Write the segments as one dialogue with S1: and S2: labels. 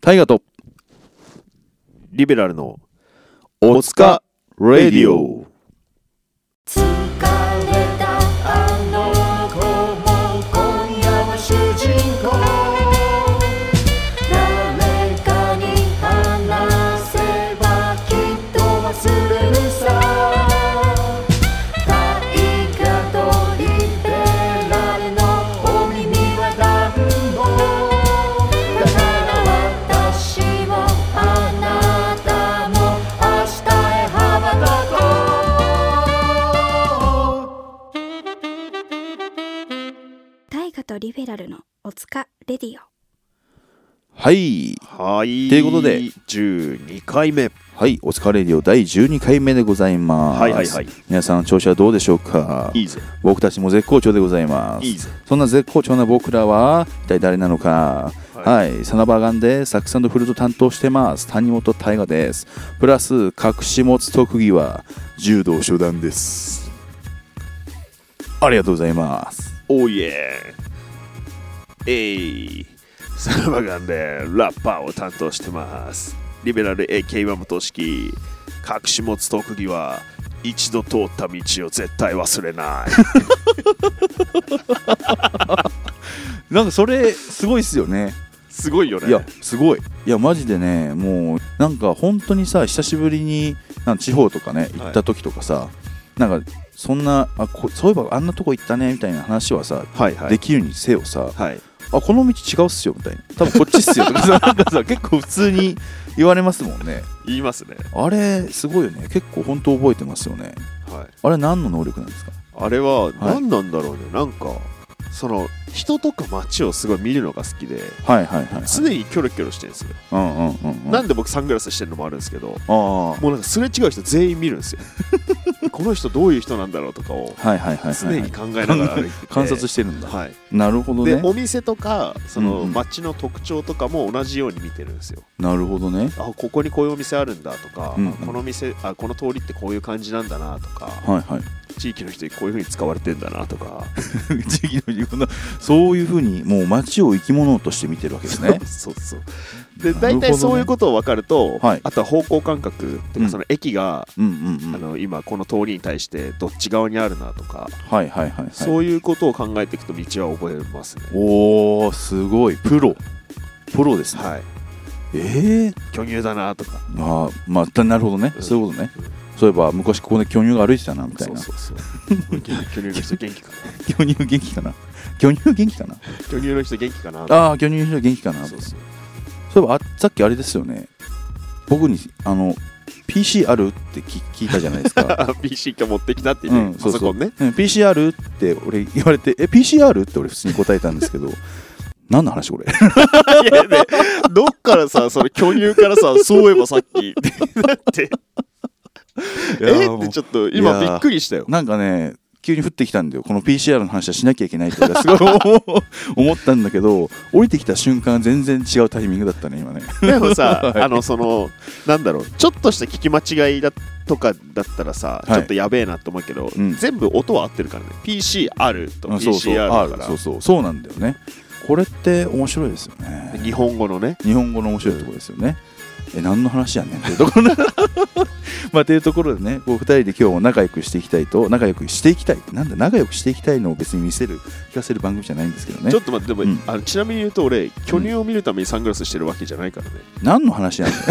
S1: 大河と
S2: リベラルの
S1: おつかレディオ
S3: 疲れたあの子も今夜は主人公誰かに話せばきっと忘れるさ大河とリベラルのお耳は暖房だから私もあなたも明日へ羽ばたこう
S4: 大河とリベラルのおつかレディオ
S1: はい
S2: はい
S1: ということで
S2: 12回目
S1: はいおつかレディオ第12回目でございます
S2: はいはいはい
S1: 皆さん調子はどうでしょうか
S2: いいぜ
S1: 僕たちも絶好調でございます
S2: いいぜ
S1: そんな絶好調な僕らは一体誰なのか
S2: は
S1: はい、サナバーガンでサックスフルート担当してます谷本大河ですプラス隠し持つ特技は柔道初段ですありがとうございます
S2: おいええいサラバガンでラッパーを担当してますリベラル AK 岩本式隠し持つ特技は一度通った道を絶対忘れない
S1: なんかそれすごいっすよね
S2: すごいよね
S1: いやすごいいやマジでねもうなんか本当にさ久しぶりになんか地方とかね行った時とかさ、なんかそんなあこそういえばあんなとこ行ったねみたいな話はさ、
S2: はいは
S1: で
S2: い
S1: きるにせよさ、
S2: はい
S1: あこの道違うっすよみたいな多分こっちっす よとかさなんかさ結構普通に言われますもんね
S2: 言いますね
S1: あれすごいよね結構本当覚えてますよね
S2: はい
S1: あれ何の能力なんですか
S2: あれは何なんだろうね、なんかその人とか街をすごい見るのが好きで
S1: はいはいはい、はい、
S2: 常にキョロキョロしてるんですよ、
S1: うんうんうんうん
S2: な
S1: あ
S2: んで僕サングラスしてるのもあるんですけど
S1: あー
S2: もうなんかすれ違う人全員見るんです よこの人どういう人なんだろうとかを
S1: はいはいはい
S2: 常
S1: はい、は
S2: に
S1: い、
S2: 考えながら歩いてて
S1: 観察してるんだ、
S2: はい
S1: なるほど
S2: で
S1: ね
S2: お店とかそ
S1: うん
S2: の
S1: うん
S2: 街の特徴とかも同じように見てるんですよ、
S1: なるほどね
S2: あここにこういうお店あるんだとか、
S1: うんうん
S2: あこの店あこの通りってこういう感じなんだなとか
S1: はいはい
S2: 地域の人にこういうふうに使われてんだなとか
S1: 地域の自分のそういうふうにもう街を生き物として見てるわけですね
S2: そうそうで
S1: なるほどね
S2: 大体そういうことを分かると
S1: はい
S2: あとは方向感覚っていう
S1: う
S2: か
S1: ん
S2: その駅が、
S1: うんうんう
S2: あ
S1: ん
S2: の今この通りに対してどっち側にあるなとか、
S1: はいはいはいはい
S2: そういうことを考えていくと道は覚えますね
S1: おおすごいプロプロですね、
S2: はい
S1: ええ
S2: 巨乳だなとか
S1: あーまあたなるほどね、
S2: うん
S1: そういうことね
S2: うん
S1: そういえば昔ここで巨乳が歩いてたなみたい
S2: そう
S1: な
S2: そうそう 巨乳の人元気かな
S1: 巨乳元気かな巨乳元気かな
S2: 巨乳の人元気かな
S1: ああ巨乳の人元気かなみた
S2: そ
S1: いうなそ
S2: そう
S1: ういえばあさっきあれですよね僕にあの PC あるってき聞いたじゃないですか、
S2: あ PC 今日持ってきたっていう
S1: う
S2: ね、
S1: ん、
S2: パソコンね
S1: うん PC あるって俺言われてえ PC あるって俺普通に答えたんですけど 何の話これ
S2: いやねどっからさその巨乳からさそういえばさっ きだってえってちょっと
S1: いや
S2: 今
S1: ー
S2: びっくりしたよ
S1: なんかね急に降ってきたんだよこの PCR の話はしなきゃいけないって すごい思う思ったんだけど降りてきた瞬間全然違うタイミングだった ね今ね
S2: でもさ、あのそのなんだろうちょっとした聞き間違いだとかだったらさ、
S1: はい
S2: ちょっとやべえなと思うけど、
S1: うん
S2: 全部音は合ってるからね PCR と
S1: うんそうそう
S2: PCR だ
S1: あ
S2: か
S1: そ
S2: ら
S1: うそうそうなんだよねこれって面白いですよね
S2: 日本語のね
S1: 日本語の面白いところですよねえ何の話やねんっていうところね まあというところでねこう2人で今日も仲良くしていきたいと仲良くしていきたいなんだ仲良くしていきたいのを別に見せる聞かせる番組じゃないんですけどね
S2: ちょっと待ってでも、
S1: うん
S2: あのちなみに言うと俺巨乳を見るためにサングラスしてるわけじゃないからね、
S1: 何の話やねん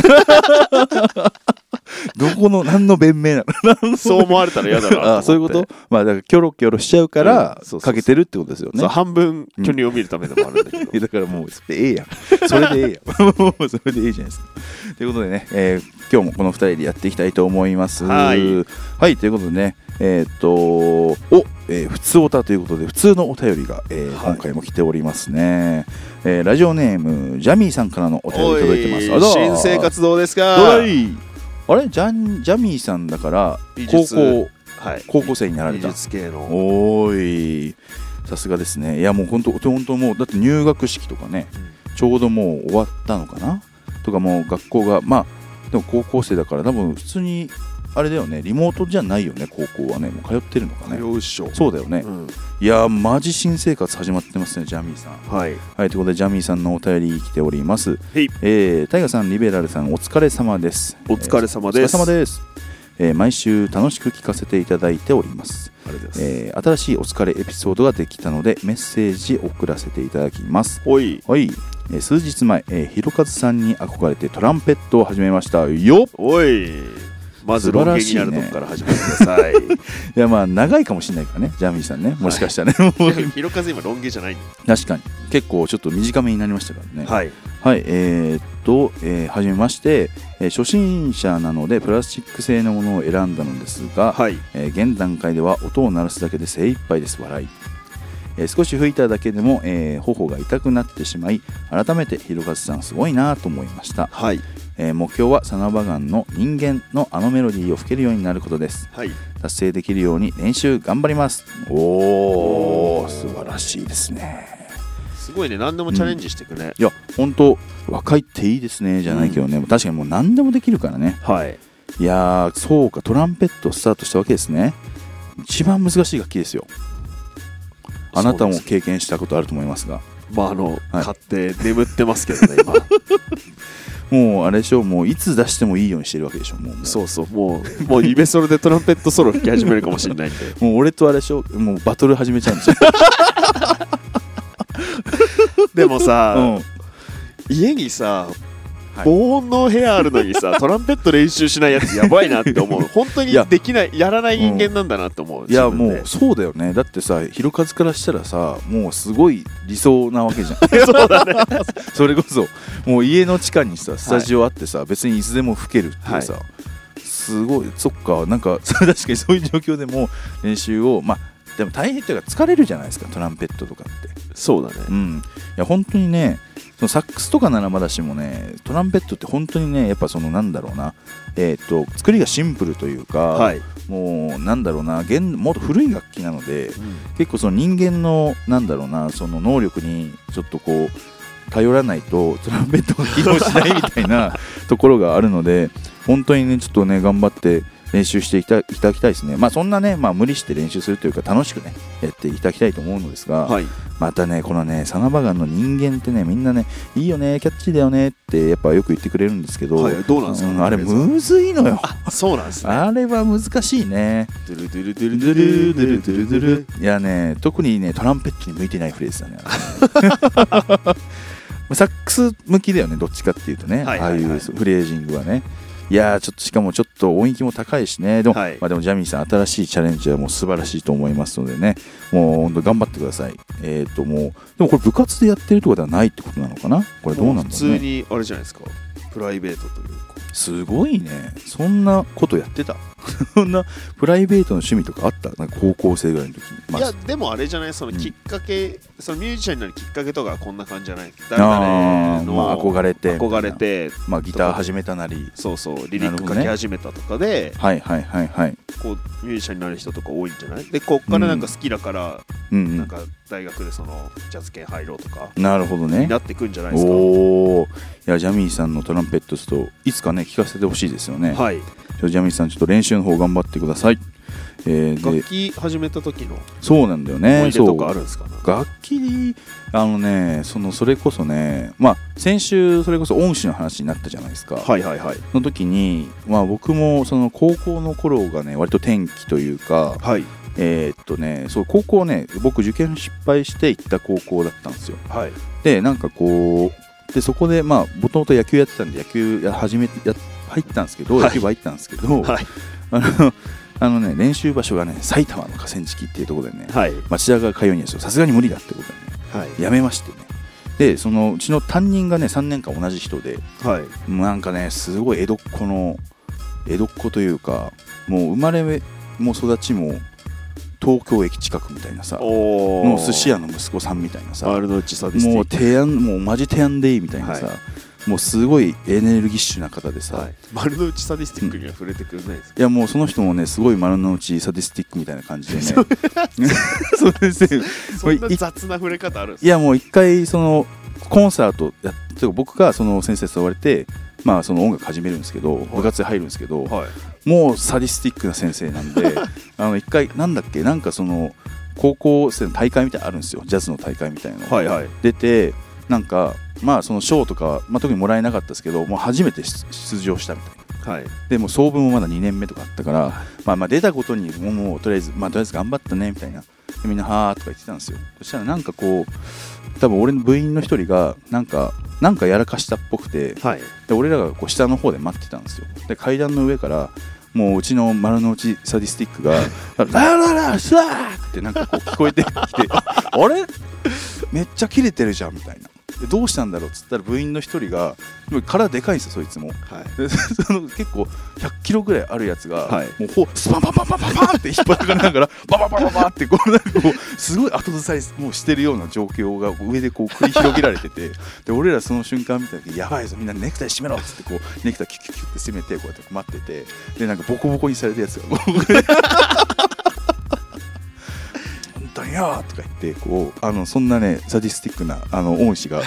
S1: どこの何の弁明なの
S2: そう思われたら嫌だなと思って
S1: ああそういうことまあだからキョロキョロしちゃうから
S2: うんそうそうそう
S1: かけてるってことですよね
S2: そう半分巨乳を見るためでもあるんだけど、
S1: いやだからもうそれでええやんそれでええやん もうそれでええじゃないですかということでね、えー今日もこの2人でやっていきたいと思います
S2: はい
S1: はいということでねえーっとお、えー普通おたということで普通のお便りが、えー
S2: はい
S1: 今回も来ておりますね、えーラジオネームジャミーさんからのお便り届いてますあら
S2: 新生活どうです
S1: ど
S2: か
S1: らいあれジャンジャミーさんだから
S2: 美
S1: 高
S2: 術
S1: 校
S2: はい
S1: 高校生になられ
S2: 美
S1: た
S2: 術系の
S1: おーいさすがですねいやもう本当本当もうだって入学式とかねちょうどもう終わったのかなとかもう学校がまあでも高校生だから多分普通にあれだよねリモートじゃないよね高校はねもう通ってるのかね
S2: よいしょ
S1: そうだよね、
S2: うん
S1: いやーマジ新生活始まってますねジャミーさん
S2: はい
S1: はいということでジャミーさんのお便り来ております
S2: へい
S1: えー、タイガさんリベラルさんお疲れ様です
S2: お疲れ様
S1: お疲れ
S2: です
S1: 様です、えー毎週楽しく聞かせていただいております、
S2: ありがとうございます
S1: えー新しいお疲れエピソードができたのでメッセージ送らせていただきます
S2: おい
S1: はい、えー数日前、えー、ひろかずさんに憧れてトランペットを始めましたよっ
S2: おいまず
S1: 素
S2: ロン
S1: 晴ら
S2: 毛
S1: し
S2: に
S1: いね
S2: なるとこから始めてください
S1: いやまあ長いかもしれないからねジャミーさんねもしかしたらね、
S2: ひろかず今ロン毛じゃないんだ
S1: 確かに結構ちょっと短めになりましたからね
S2: はい
S1: はい、えーっと、えーはじめまして、えー初心者なのでプラスチック製のものを選んだのですが、
S2: はい
S1: えー現段階では音を鳴らすだけで精一杯です笑い、えー少し吹いただけでも、えー頬が痛くなってしまい改めてひろかずさんすごいなと思いました、
S2: はい
S1: えー目標はサナバガンの人間のあのメロディーを吹けるようになることです
S2: はい
S1: 達成できるように練習頑張りますおお素晴らしいですね
S2: すごいね何でもチャレンジしていくね、
S1: いや本当若いっていいですねじゃないけどね、確かにもう何でもできるからね
S2: はい
S1: いやーそうかトランペットをスタートしたわけですね一番難しい楽器ですよあなたも
S2: そうです
S1: 経験したことあると思いますが
S2: まああの、
S1: はい
S2: 買って眠ってますけどね今
S1: もうあれでしょもういつ出してもいいようにしてるわけでしょもうもう
S2: そうそうもうもうイベソロでトランペットソロ吹き始めるかもしれないんで
S1: もう俺とあれでしょもうバトル始めちゃうんですよ、
S2: でもさ、
S1: うん、
S2: 家にさ
S1: はい
S2: 防音の部屋あるのに さトランペット練習しないやつやばいなって思う本当に
S1: いや
S2: できないやらない人間なんだなって思う、
S1: いや
S2: 自分
S1: も
S2: で
S1: うそうだよねだってさひろかずからしたらさもうすごい理想なわけじゃん
S2: そうだね
S1: それこそもう家の地下にさスタジオあってさ、別にいつでも吹けるっていうさ、すごいそっかなんか 確かにそういう状況でも練習をまあでも大変というか疲れるじゃないですかトランペットとかって
S2: そうだね
S1: うんいや本当にねそのサックスとかならまだしもねトランペットって本当にねやっぱそのなんだろうなえーっと作りがシンプルというか、
S2: はい、
S1: もうなんだろうな現もっと古い楽器なので結構その人間のなんだろうなその能力にちょっとこう頼らないとトランペットが機能しないみた いなところがあるので本当にねちょっとね頑張って練習していたいただきたいですねまあそんなね、まあ、無理して練習するというか楽しくねやっていただきたいと思うのですが、
S2: はい
S1: またねこのねサナバガンの人間ってねみんなねいいよねキャッチーだよねってやっぱよく言ってくれるんですけど、
S2: はいどうなんですか
S1: うあれむずいのよ
S2: あそうなんですね
S1: あれは難しいね
S2: ドゥルドゥルドゥル
S1: ド
S2: ドゥ
S1: ゥル
S2: ルドゥ
S1: ドゥル
S2: ルド
S1: ドゥル
S2: ゥ
S1: ドゥ
S2: ル
S1: ルいやね特にねトランペットに向いてないフレーズ だねあれサックス向きだよねどっちかっていうと
S2: は
S1: ね、
S2: いはいはい
S1: ああいうフレージングはねいやーちょっとしかもちょっと音域も高いしねでも,、
S2: はい
S1: まあ、でもジャミーさん新しいチャレンジはもう素晴らしいと思いますのでねもう本当頑張ってくださいえっ、ともうでもこれ部活でやってるとかではないってことなのかなこれどうなんだろうね
S2: 普通にあれじゃないですかプライベートというか
S1: すごいねそんなことやってたそんなプライベートの趣味とかあったなんか高校生ぐらいの時に、まあ
S2: いやでもあれじゃないその
S1: うん
S2: きっかけ、そのミュージシャンになるきっかけとかはこんな感じじゃない誰
S1: あ
S2: 々
S1: ー
S2: の、
S1: まあ、憧れて
S2: 憧れて
S1: まあ、ギター始めたなり
S2: そうそうリリッ
S1: なる
S2: ク
S1: ほど
S2: 書
S1: ね
S2: き始めたとかで、
S1: はいはいはいはい
S2: こうミュージシャンになる人とか多いんじゃないでこっからなんか好きだから、
S1: うんうん
S2: なんか大学でそのジャズ系入ろうとか
S1: なるほどね
S2: になってくんじゃないですか
S1: おおいやジャミーさんのトランペットスといつかね聞かせてほしいですよね、
S2: はい
S1: ちょジャミーさんちょっと練習の方頑張ってくださいえー
S2: 楽
S1: で
S2: 器始めた時の
S1: そうなんだよね
S2: 思い出とかあ
S1: そう
S2: るんですか、なんか
S1: 楽器あのねそのそれこそねまあ先週それこそ恩師の話になったじゃないですか、
S2: はいはいはい
S1: の時に、まあ、僕もその高校の頃がね割と転機というか、
S2: はい
S1: えーっとね、そう高校ね僕受験失敗して行った高校だったんですよ
S2: はい
S1: でなんかこうでそこでまあもともと野球やってたんで野球や始めや入ったんですけど、
S2: はい
S1: 野球部入ったんですけど、
S2: はい
S1: あの あのね練習場所がね埼玉の河川敷っていうところでね
S2: はい
S1: 町田が通うんですよさすがに無理だってことで
S2: は
S1: ね
S2: い
S1: やめましてねでそのうちの担任がね3年間同じ人で
S2: はい
S1: もうなんかねすごい江戸っ子の江戸っ子というかもう生まれも育ちも東京駅近くみたいなさ
S2: お
S1: の寿司屋の息子さんみたいなさ
S2: R の内サービス
S1: もう
S2: ティ
S1: 提案もうマジ提案でいいみたいなさ、
S2: は
S1: もうすごいエネルギッシュな方でさ、、
S2: はいい、丸の内サディスティックには触れてくれないですか、
S1: やもうその人もねすごい丸の内サディスティックみたいな感じでね そうですね
S2: そんな雑な触れ方あるんです
S1: いやもう一回そのコンサートやって僕がその先生と言われてまあ、その音楽始めるんですけど部活で入るんですけど、
S2: はい
S1: もうサディスティックな先生なん であの一回なんだっけなんかその高校生の大会みたいなのあるんですよジャズの大会みたいなの、
S2: はいはい
S1: 出てなんかまあその賞とか、まあ、特にもらえなかったですけどもう初めて出出場したみたいな
S2: はい
S1: でもう総分もまだ2年目とかあったから、まあ、まあ出たことにももうとりあえず、まあ、とりあえず頑張ったねみたいなでみんな「はー」とか言ってたんですよそしたらなんかこう多分俺の部員の一人がなんかなんかやらかしたっぽくて
S2: はい
S1: で俺らがこう下の方で待ってたんですよで階段の上からもううちの丸の内サディスティックが 「ラララシャー!」ってなんかこう聞こえてき て「あれめっちゃキレてるじゃん」みたいなでどうしたんだろうっつったら部員の一人がでも体でかいんですよそいつも
S2: はい
S1: で その結構100キロぐらいあるやつが、
S2: はい
S1: もうほスパンパンパンパンパンパンって引っ張られながらババババババってこうなんかこうすごい後ずさりもうしてるような状況が上でこう繰り広げられててで俺らその瞬間見た時やばいぞみんなネクタイ締めろっつってこうネクタイキュッキュッキュッって締めてこうやって待っててでなんかボコボコにされたやつがこう 本当によーとか言ってこうあのそんなねサディスティックなあの恩師が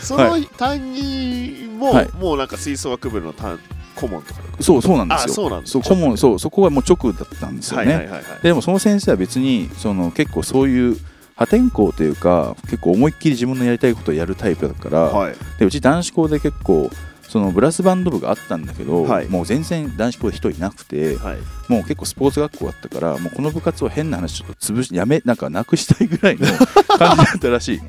S2: そ
S1: は
S2: の担任も、
S1: はい
S2: もうなんか吹奏楽部の担顧問とか
S1: そうそうなんですよ
S2: あそうなんです
S1: そう顧問そうそこはもう直だったんですよ
S2: は
S1: ね、
S2: いはいはいはい
S1: でもその先生は別にその結構そういう破天荒というか結構思いっきり自分のやりたいことをやるタイプだから、
S2: はい
S1: でうち男子校で結構そのブラスバンド部があったんだけど、
S2: はい
S1: もう全然男子校で人いなくて
S2: はい
S1: もう結構スポーツ学校だったからもうこの部活を変な話ちょっと潰しやめなんかなくしたいぐら いの感じだったらしいの。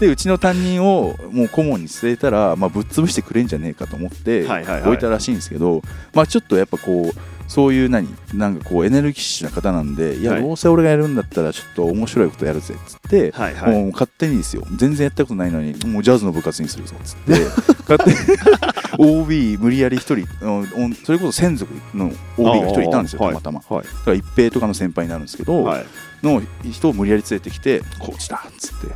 S1: でうちの担任をもう顧問に据えたら、まあ、ぶっ潰してくれんじゃねえかと思って
S2: はいはいはい
S1: 置いたらしいんですけど、まあ、ちょっとやっぱこうそういう何なんかこうエネルギッシュな方なんでいや
S2: はい
S1: どうせ俺がやるんだったらちょっと面白いことやるぜっつって、
S2: はいはい
S1: もう勝手にですよ全然やったことないのにもうジャズの部活にするぞっつって勝 手に OB 無理やり一人あのおんそれこそ専属の OB が一人いたんですよ
S2: あー
S1: た
S2: はい
S1: またま、
S2: はい
S1: だから一平とかの先輩になるんですけど、
S2: はい
S1: の人を無理やり連れてきてコーチだっつって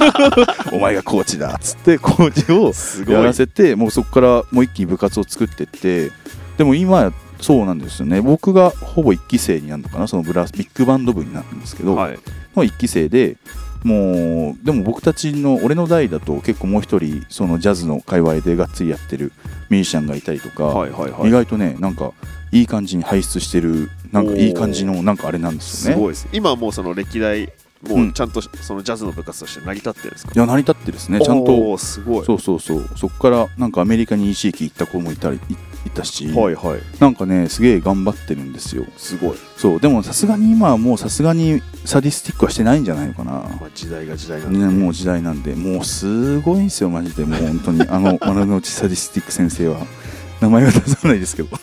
S1: お前がコーチだっつってコーチを
S2: す
S1: やらせてもうそこからもう一気に部活を作ってってでも今そうなんですよね僕がほぼ1期生になるのかなそのブラスビッグバンド部になるんですけど、
S2: はい
S1: の1期生でもうでも僕たちの俺の代だと結構もう一人そのジャズの界隈でがっつりやってるミュージシャンがいたりとか、
S2: はいはいはい
S1: 意外とねなんかいい感じに輩出してるなんかいい感じのなんかあれなんです
S2: す
S1: よね
S2: ごいです今はもうその歴代
S1: う
S2: もうんちゃんとそのジャズの部活として成り立ってるんですか
S1: いや成り立ってですねちゃんと
S2: おーすごい
S1: そうそうそうそこからなんかアメリカに一時期行った子もいたりいいたし、
S2: はいはい
S1: なんかねすげえ頑張ってるんですよ
S2: すごい、
S1: そうでもさすがに今はもうさすがにサディスティックはしてないんじゃないのかな
S2: まあ、時代が時代なんで、
S1: ね、もう時代なんでもうすごいんですよマジでもう本当にあの 丸の内サディスティック先生は名前は出さないですけど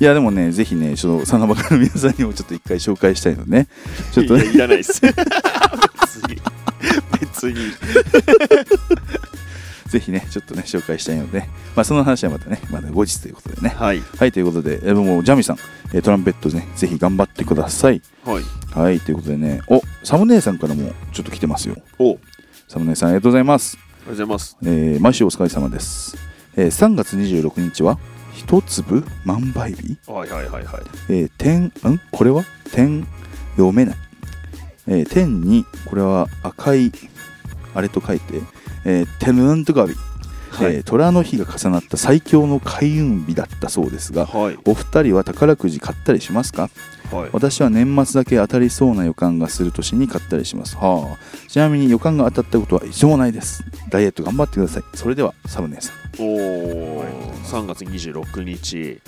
S1: いやでもねぜひねちょっとサナバカの皆さんにもちょっと一回紹介したいのでねちょっと
S2: い
S1: ね
S2: やいらないです 別に別に
S1: ぜひねちょっとね紹介したいので、まあ、その話はまたねまだ後日ということでね
S2: はい
S1: はいということでえもうジャミさんえトランペットねぜひ頑張ってください
S2: はい
S1: はいということでねおサム姉さんからもちょっと来てますよ
S2: おあり
S1: サム姉さんありがとうございます
S2: がとうございます
S1: えー毎週お疲れ様です、えー3月26日は一粒万倍日、
S2: はいはいはいはい
S1: えー天んこれは天読めない、えー天にこれは赤いあれと書いて、えー、天運とか日、
S2: はい
S1: えー虎の日が重なった最強の開運日だったそうですが
S2: はい
S1: お二人は宝くじ買ったりしますか
S2: はい
S1: 私は年末だけ当たりそうな予感がする年に買ったりします、はあ、ちなみに予感が当たったことは一度もないですダイエット頑張ってくださいそれではサムネさ
S2: おお3月26日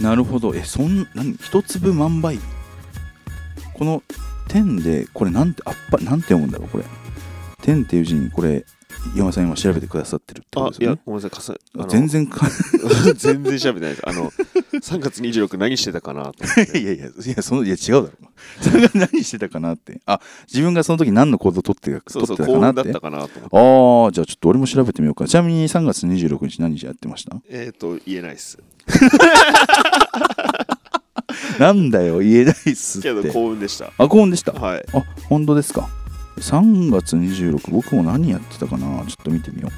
S1: んなるほどえそん何一粒万倍この天でこれなんてあっぱなんて読むんだろうこれ天っていう字にこれ山さん今調べてくださってるって
S2: あ
S1: ことです
S2: い
S1: よ
S2: や
S1: ね
S2: ごめんなさいかさあ
S1: あ
S2: の
S1: 全然 か
S2: 全然調べてないですあの3月26何してたかなと 思っ
S1: いや
S2: て
S1: いやいやいやそのいや違うだろそれが何してたかなってあ自分がその時何の行動を取って
S2: そうそう
S1: 取って
S2: 幸
S1: たかなっ
S2: 運だってたかなと思って
S1: ああ、じゃあちょっと俺も調べてみようか。ちなみに3月26日何時やってました
S2: えっ、ー、と言えないっす
S1: なんだよ、言えないっすっ
S2: けど
S1: て。
S2: 幸運でした
S1: あ、幸運でした。
S2: はい
S1: あ、本当ですか。3月26、僕も何やってたかなちょっと見てみよう。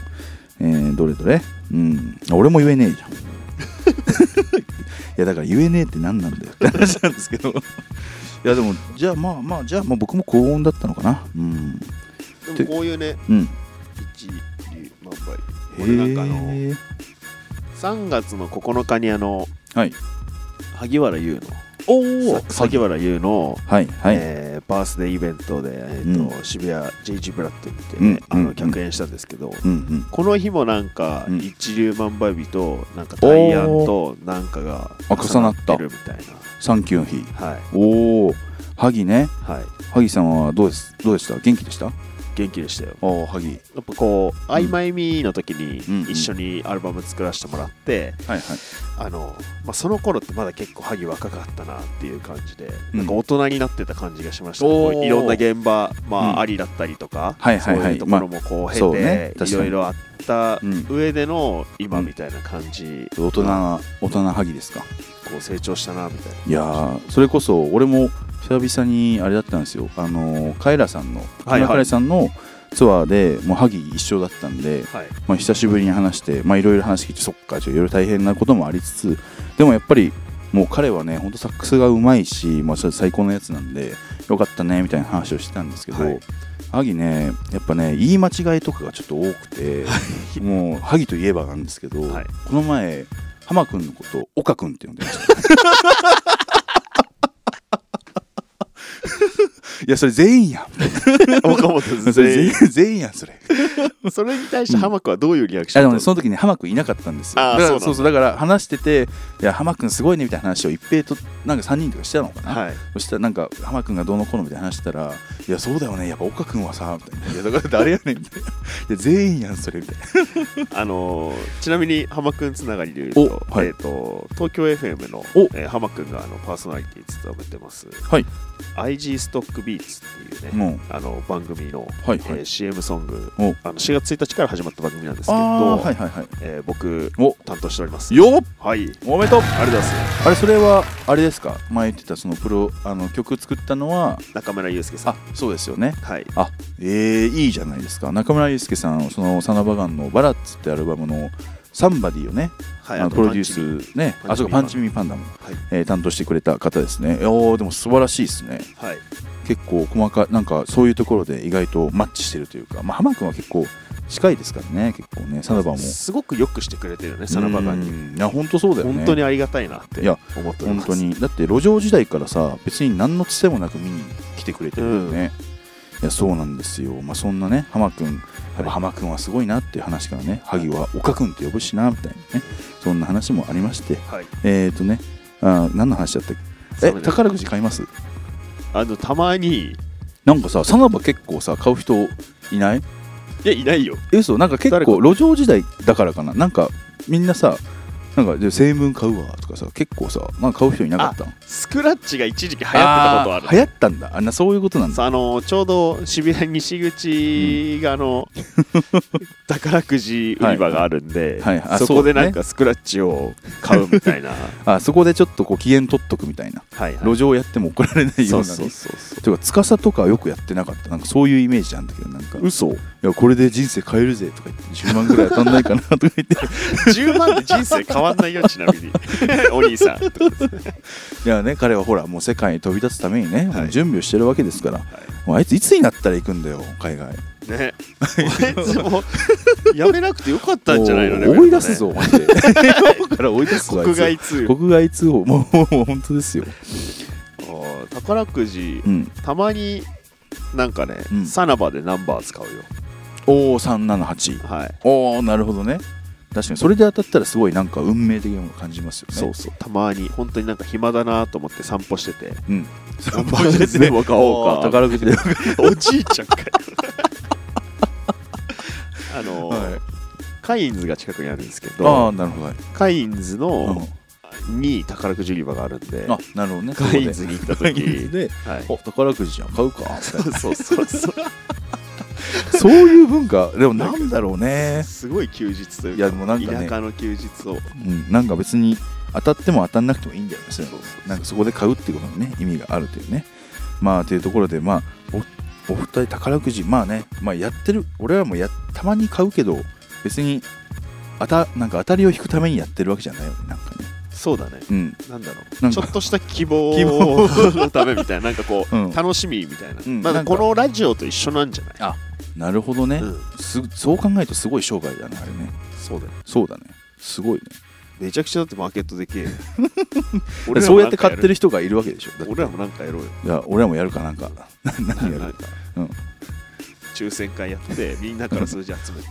S1: えー、どれどれうん。あ俺も言えねえじゃん。い や、だから言えねえって何なんだよって話なんですけど。いや、でも、じゃあまあまあ、じゃあまあ僕も幸運だったのかな。うん。
S2: でもこういうね
S1: うん。
S2: 一流販売
S1: へ
S2: 俺なんかあの
S1: え
S2: 3月の9日にあの、
S1: はい
S2: 萩原優の
S1: お
S2: さ萩原優の、
S1: はいはい、
S2: えーバースデーイベントで、えーと渋谷 JG ブラッドにて、
S1: うん
S2: あ
S1: う
S2: の
S1: ん
S2: 客演したんですけど、
S1: うんうん
S2: この日もなんか、
S1: うん
S2: 一粒万倍日となんかダイアンとなんかが
S1: あ重なっ
S2: 重
S1: た
S2: ってるみたい
S1: サンキューの日
S2: なはい
S1: おお萩ね
S2: はい
S1: 萩さんはどうですどうでした元気でしたあ
S2: 元気でしたよ
S1: あ萩
S2: やっぱこう「曖昧み」の時に
S1: うん
S2: 一緒にアルバム作らせてもらって、
S1: はいはい
S2: あのまあ、その頃ってまだ結構萩若かったなっていう感じで、
S1: うん
S2: なんか大人になってた感じがしました、
S1: おー
S2: こういろんな現場、まあ
S1: うん
S2: ありだったりとか、
S1: はいはいはい
S2: そういうところもこう経
S1: そうね
S2: て、
S1: 確か
S2: い
S1: に
S2: ろいろあった
S1: うん
S2: 上での今みたいな感じ、
S1: 大人な大人な萩ですか
S2: こう成長したなみたい
S1: いやーそれこそ俺も久々にあれだったんですよあのーカエラさんの
S2: は
S1: カ
S2: い
S1: エ
S2: はい
S1: ラさんのツアーでもう萩一緒だったんで、
S2: な、はい
S1: まあ、久しぶりに話してまあいろいろ話聞いてそっかじゃあいろいろ大変なこともありつつでもやっぱりもう彼はねほんとサックスがうまいし、まあ、それ最高のやつなんでよかったねみたいな話をしてたんですけど、
S2: はい
S1: 萩ねやっぱね言い間違いとかがちょっと多くて、もう萩といえばなんですけど、
S2: はい
S1: この前浜君のことを岡君って呼んで ました。いやそれ全員やん
S2: 岡本先
S1: それ全
S2: 生
S1: 員全員やんそれ
S2: それに対して浜子はどういうリアクシ
S1: あ
S2: ョ
S1: で
S2: ン
S1: も
S2: だ
S1: ね
S2: っ
S1: その時に浜君いなかったんですよ
S2: あー
S1: だか
S2: そうなん
S1: ら
S2: だ
S1: そうそうだから話してて「いや浜君すごいね」みたいな話を一平となんか3人とかしてたのか
S2: た
S1: な、
S2: のはい
S1: そしたらなんか浜君がどうのこうのみたいな話したら「いやそうだよねやっぱ岡君はさ」みたいな「いやだから誰やねん」みたいな「いや全員やんそれ」みたいな
S2: あのーちなみに浜くんつながりで言うと,、
S1: おはい
S2: えー、と東京 FM の
S1: お、
S2: えー、浜くんがあのパーソナリティ務めてます、
S1: はい、
S2: IG ストックビーツっていうね、
S1: もう
S2: あの番組の、
S1: はい
S2: え
S1: はい、
S2: ー CM ソング
S1: お
S2: あの4月1日から始まった番組なんですけ
S1: あ
S2: ど、
S1: あーはいはいはい
S2: えー僕
S1: お
S2: 担当しております
S1: よっ
S2: はい
S1: おめでと
S2: ありがとう
S1: う
S2: ございます
S1: あれそれはあれですか前言ってたそのプロあの曲作ったのは
S2: 中村祐介さん
S1: あそうですよね
S2: はい
S1: あえー、いいじゃないですか中村祐介さんそのサナバガンの「バラッツ」ってアルバムの「サンバディ」をね
S2: はい
S1: あの
S2: の
S1: プロデュ
S2: パン
S1: ースね、
S2: パンチミー
S1: あそうかパンチミーパンダも、
S2: はい
S1: えー担当してくれた方ですね。おーでも素晴らしいですね。
S2: チはい
S1: 結構細かいなんかそういうところで意外とマッチしてるというか、まあ浜君は結構近いですからね、結構ねサナバも。
S2: すごくよくしてくれてるねサナバガンに、
S1: うんいや本当そうだよね。
S2: 本当にありがたいなって
S1: いや
S2: 思っており
S1: 本
S2: ます
S1: 当にだって路上時代からさ別に何のつてもなく見に来てくれてるよね、いやそうなんですよ、まあ、そんなね浜君やっぱ浜君はすごいなっていう話からね萩は岡君って呼ぶしなみたいなねそんな話もありまして
S2: はい
S1: えーとねあー何の話だったっけえ
S2: そうね
S1: 宝くじ買います
S2: あのたまに
S1: なんかささなば結構さ買う人いない
S2: いやいないよ
S1: えそうなんか結
S2: 誰か
S1: 構路上時代だからかななんかみんなさなんかじゃあ成分買うわとかさ結構さなんか買う人いなかったの
S2: スクラッチが一時期流行ってたことある
S1: ー流行ったんだあなそういうことなんだ
S2: そうあのちょうど渋谷西口があの、 宝くじ売り場があるんで、
S1: はいはいあ
S2: そこで
S1: そうね
S2: なんかスクラッチを買うみた いな、
S1: あそこでちょっとこう機嫌取っとくみたいな
S2: はいはい
S1: 路上やっても怒られないよ
S2: そうう
S1: な
S2: そう
S1: ね
S2: そうそ
S1: てか司とかはよくやってなかったなんかそういうイメージなんだけどなんか
S2: う嘘
S1: いやこれで人生変えるぜとか言って10万ぐらい当たんないかなとか言って
S2: 10万で人生変わんないよちなみに お兄さんとかですね
S1: いやね彼はほらもう世界に飛び立つためにね、
S2: はい
S1: もう準備をしてるわけですから、もうあいついつになったら行くんだよ海外
S2: ねお前もやめなくてよかったんじゃないのね
S1: もう追い出すぞマ ジで今から追い出すぞあい
S2: 国
S1: つ
S2: 外通
S1: 国外通報もうもうもう本当ですよ
S2: あー宝くじ
S1: うん
S2: たまになんかね、
S1: うん
S2: サナバでナンバー使うよ
S1: おお378
S2: はい
S1: おおなるほどね確かにそれで当たったらすごいなんか運命的なものを感じますよね
S2: そうそうたまに本当になんか暇だなと思って散歩してて
S1: うん
S2: 散歩してても買おうか
S1: 宝くじで
S2: おじいちゃんかよあの、
S1: はい
S2: カインズが近くにあるんですけ
S1: ああ
S2: ど
S1: なるほどはい
S2: カインズの
S1: う
S2: に宝くじ売り場があるんで
S1: んあなるほどね
S2: カインズに行った
S1: そこでカイン
S2: 時
S1: ズで
S2: はい
S1: お宝くじじゃん買うかみたいな
S2: そうそうそう
S1: そういう文化 でも なんだろうね、
S2: すごい休日というか
S1: いやでもなんかね
S2: 田舎の休日を
S1: うん、なんか別に当たっても当たんなくてもいいんだよねそれ
S2: そうそうそう
S1: なんかそこで買うっていうことにね意味があるというねまあというところでまあおお二人宝くじまあね、まあ、やってる俺らもやたまに買うけど別に当たなんか当たりを引くためにやってるわけじゃないよねなんかね
S2: そうだね
S1: うん
S2: なんだろう
S1: なん
S2: ちょ
S1: か
S2: っとした希望
S1: 希望
S2: のためみたいななんかこう、
S1: うん
S2: 楽しみみたいな,、
S1: うん
S2: ま
S1: な
S2: あ
S1: んか
S2: このラジオと一緒なんじゃない
S1: あなるほどね、
S2: うん
S1: すそう考えるとすごい商売だねあれね
S2: そうだよ
S1: そうだねすごいね
S2: めちゃくちゃだってマーケットで けえよ
S1: そうやって買ってる
S2: る
S1: 人がいるわけでしょだって
S2: 俺らもなんかやろうよ
S1: いや俺らもやるかなんか 何 や
S2: なん
S1: る
S2: か、
S1: うん
S2: 抽選会やってみんなから数字集めて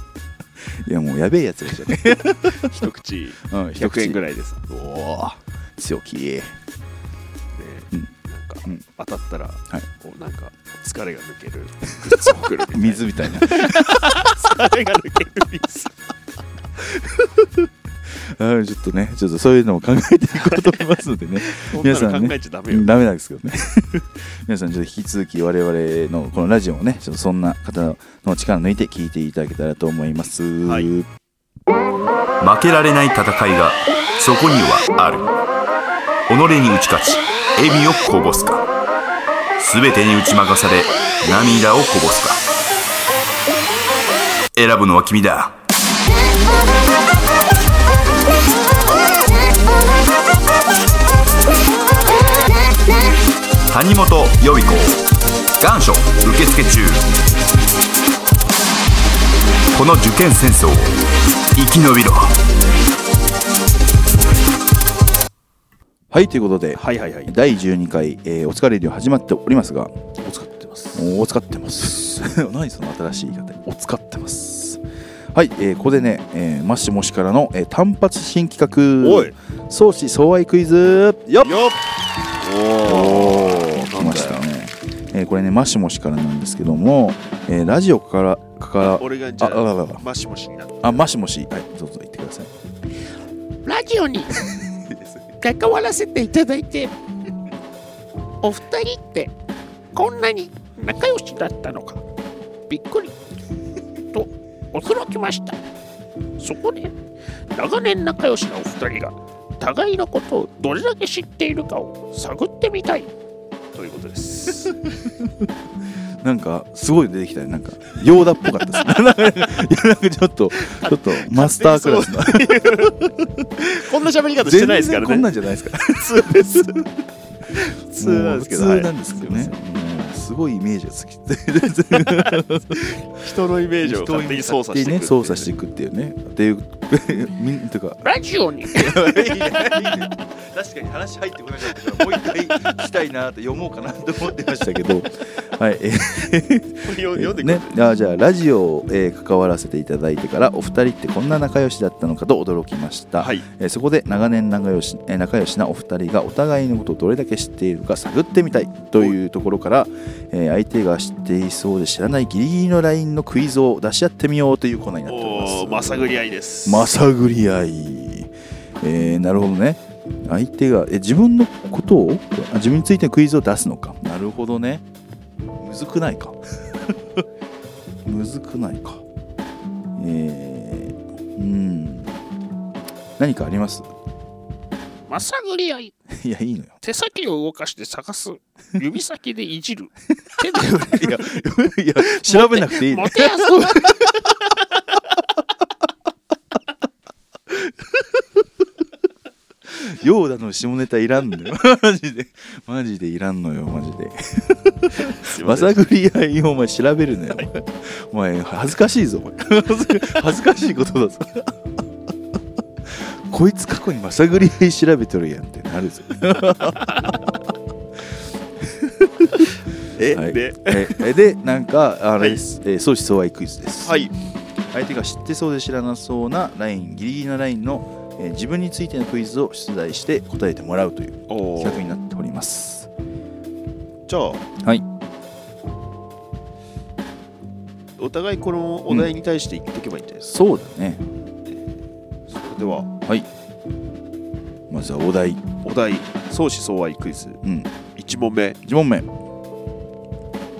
S1: いやもうやべえやつらじゃね
S2: 一口
S1: うん
S2: 100円ぐ
S1: らい
S2: らいです、ね、
S1: おお強気うん
S2: なんか、
S1: うん
S2: 当たったら、
S1: い
S2: こうなんか疲れが抜ける グッズを送るみたいな
S1: 水みた いな
S2: 疲れが抜ける水
S1: うんちょっとねちょっとそういうのも考えていこうと思いますのでね
S2: そん
S1: 皆さ
S2: なんの
S1: ね
S2: 考えちゃダメよ、
S1: ダメなんですけどね 皆さんちょっと引き続き我々のこのラジオをねちょっとそんな方の力を抜いて聞いていただけたらと思います、
S2: はい
S5: 負けられない戦いがそこにはある己に打ち勝ち笑みをこぼすか全てに打ち負かされ涙をこぼすか選ぶのは君だ谷本予備校願書受付中この受験戦争を生き延び ろ
S1: はいということで、
S2: はいはいはい
S1: 第12回、えーお疲れ量始まっておりますが
S2: お使ってます
S1: お使ってます 何その新しい言い方お使ってますはい、えーここでね、えー、マシモシからの、えー単発新企画
S2: おい
S1: 相思相愛クイズよっ
S2: よっおお
S1: 来ましたね、えーこれねマシモシからなんですけども、えーラジオからかから
S2: 俺がじゃ
S1: ああら
S2: あ
S1: らら
S2: マシモシになって
S1: あ、もしもし、はい、どうぞ言ってください。
S6: ラジ オに関わらせていただいてお二人ってこんなに仲良しだったのかびっくりと驚きましたそこで長年仲良しのお二人が互いのことをどれだけ知っているかを探ってみたい
S2: ということです
S1: なんか、すごい出てきたね、なんか、ヨーダっぽかっ たです。なんかいやなんかちょっと、ちょっと、マスタークラスな。
S2: こんな喋り方してないで
S1: 全
S2: すか
S1: 然
S2: ら
S1: こん
S2: ね
S1: なんじゃないですから。
S2: 普通です普通なんですけど
S1: もう
S2: は
S1: 普通ないんですけどね。
S2: すいま
S1: もうすごいイメージが つきて、
S2: 人のイメージを勝手に操作していく
S1: ね、操作して
S2: い
S1: いくっていうね。っていう、 みんとか。
S6: ラジオに
S1: 確かに話入ってこなかったから、もう一回聞きたいなって読もうかなと思ってましたけど。はい、えー
S2: うよ 読んでくれ
S1: ね、あじゃあラジオを、えー関わらせていただいてからお二人ってこんな仲良しだったのかと驚きました、
S2: はい
S1: えーそこで長年仲良し、えー仲良しなお二人がお互いのことをどれだけ知っているか探ってみたいというところから、えー相手が知っていそうで知らないギリギリのラインのクイズを出し合ってみようというコーナーになっております
S2: おおまさぐり合いです
S1: まさぐり合い、えーなるほどね相手がえ自分のことをあ自分についてのクイズを出すのかなるほどねむずくないか むずくないかえー、うん何かあります
S6: まさぐり合い
S1: いやいいのよ
S6: 手先を動かして探す指先でいじる手で
S1: いやいや調べなくていいね
S6: もてあそぶ
S1: ヨーダの下ネタいらんの よマジでマジでいらんのよマジで
S2: すいま
S1: ま
S2: せん
S1: さぐり合いをお前調べるなよ、お前お前恥ずかしいぞお前恥ずかしいことだぞ こいつ過去にまさぐり合い調べとるやんってなるぞ
S2: え、
S1: はい
S2: で
S1: ええでなんかあれです、えー相思相愛クイズです、
S2: はい
S1: 相手が知ってそうで知らなそうなラインギリギリのラインの、えー自分についてのクイズを出題して答えてもらうという
S2: お
S1: 企画になっております
S2: じゃあ
S1: はい
S2: お互いこのお題に対して言っていけばいいんじゃないですか、
S1: そうだね
S2: それでは
S1: はいまずはお題
S2: お題相思相愛クイズ
S1: うん
S2: 1問目
S1: 1問目